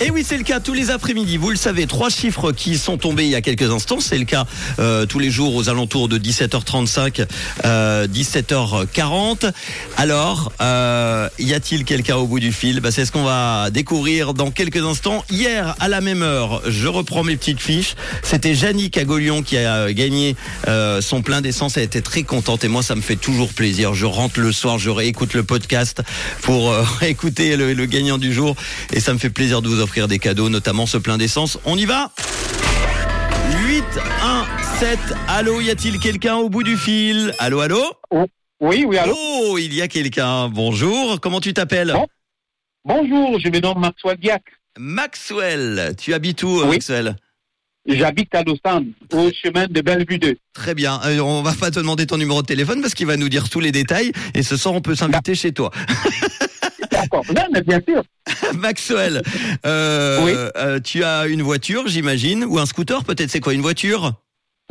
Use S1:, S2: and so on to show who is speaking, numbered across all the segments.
S1: Et oui, c'est le cas tous les après-midi. Vous le savez, trois chiffres qui sont tombés il y a quelques instants. C'est le cas euh, tous les jours aux alentours de 17h35, euh, 17h40. Alors, euh, y a-t-il quelqu'un au bout du fil Bah, C'est ce qu'on va découvrir dans quelques instants. Hier, à la même heure, je reprends mes petites fiches. C'était Jannick à Gaulion qui a gagné euh, son plein d'essence. Elle était très contente et moi, ça me fait toujours plaisir. Je rentre le soir, je réécoute le podcast pour euh, écouter le, le gagnant du jour. Et ça me fait plaisir de vous offrir des cadeaux, notamment ce plein d'essence. On y va 8, 1, 7. Allô, y a-t-il quelqu'un au bout du fil Allô, allô
S2: Oui, oui, allô
S1: Oh, il y a quelqu'un. Bonjour, comment tu t'appelles
S2: Bon. Bonjour, je me nomme Maxwell Diac.
S1: Maxwell. Tu habites où, euh,
S2: Oui.
S1: Maxwell
S2: J'habite à Lausanne, au chemin de Bellevue 2.
S1: Très bien. Euh, on va pas te demander ton numéro de téléphone parce qu'il va nous dire tous les détails et ce soir on peut
S2: Bah.
S1: s'inviter chez toi.
S2: D'accord. Non, mais bien sûr.
S1: Maxwell, euh,
S2: Oui.
S1: euh, tu as une voiture, j'imagine, ou un scooter peut-être. C'est quoi une voiture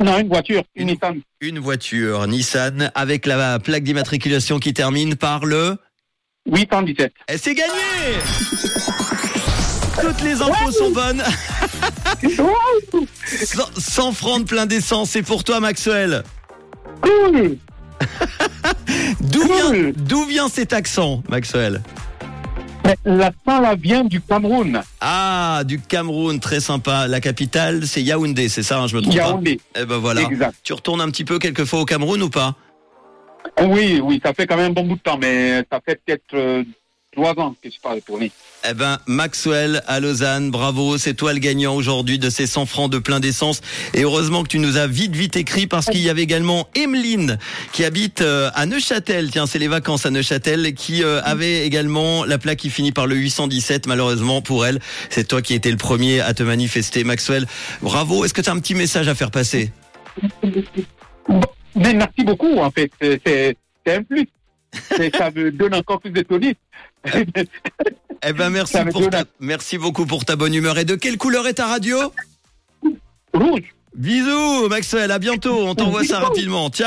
S2: Non, une voiture, une Nissan.
S1: Une voiture Nissan avec la plaque d'immatriculation qui termine par le.
S2: 817.
S1: Et c'est gagné Toutes les infos sont bonnes.
S2: Wouh,
S1: 100 100 francs de plein d'essence, c'est pour toi Maxwell.
S2: cool.
S1: D'où vient,
S2: Cool.
S1: d'où vient cet accent, Maxwell
S2: Mais La salle vient du Cameroun,
S1: Ah, du Cameroun, très sympa. La capitale, c'est Yaoundé, c'est ça, hein, je me trompe pas
S2: Yaoundé.
S1: Eh ben voilà.
S2: Exact.
S1: Tu retournes un petit peu quelquefois au Cameroun ou pas
S2: Oui, oui, ça fait quand même un bon bout de temps, mais ça fait peut-être euh, trois ans que je suis pas retourné.
S1: Eh ben, Maxwell à Lausanne, bravo, c'est toi le gagnant aujourd'hui de ces 100 francs de plein d'essence. Et heureusement que tu nous as vite, vite écrit parce qu'il y avait également Emeline qui habite euh, à Neuchâtel. Tiens, c'est les vacances à Neuchâtel qui euh, avait également la plaque qui finit par le 817. Malheureusement pour elle, c'est toi qui étais le premier à te manifester. Maxwell, bravo. Est-ce que tu as un petit message à faire passer
S2: Bon, Mais merci beaucoup, en fait. C'est- C'est c'est un plus. C'est- ça me donne encore plus de tournis.
S1: Eh ben, merci
S2: Ça me
S1: pour
S2: donne
S1: ta,
S2: un-
S1: merci beaucoup pour ta bonne humeur. Et de quelle couleur est ta radio?
S2: Rouge.
S1: Bisous, Maxwell. À bientôt. On t'envoie ça
S2: Bisous.
S1: rapidement. Ciao.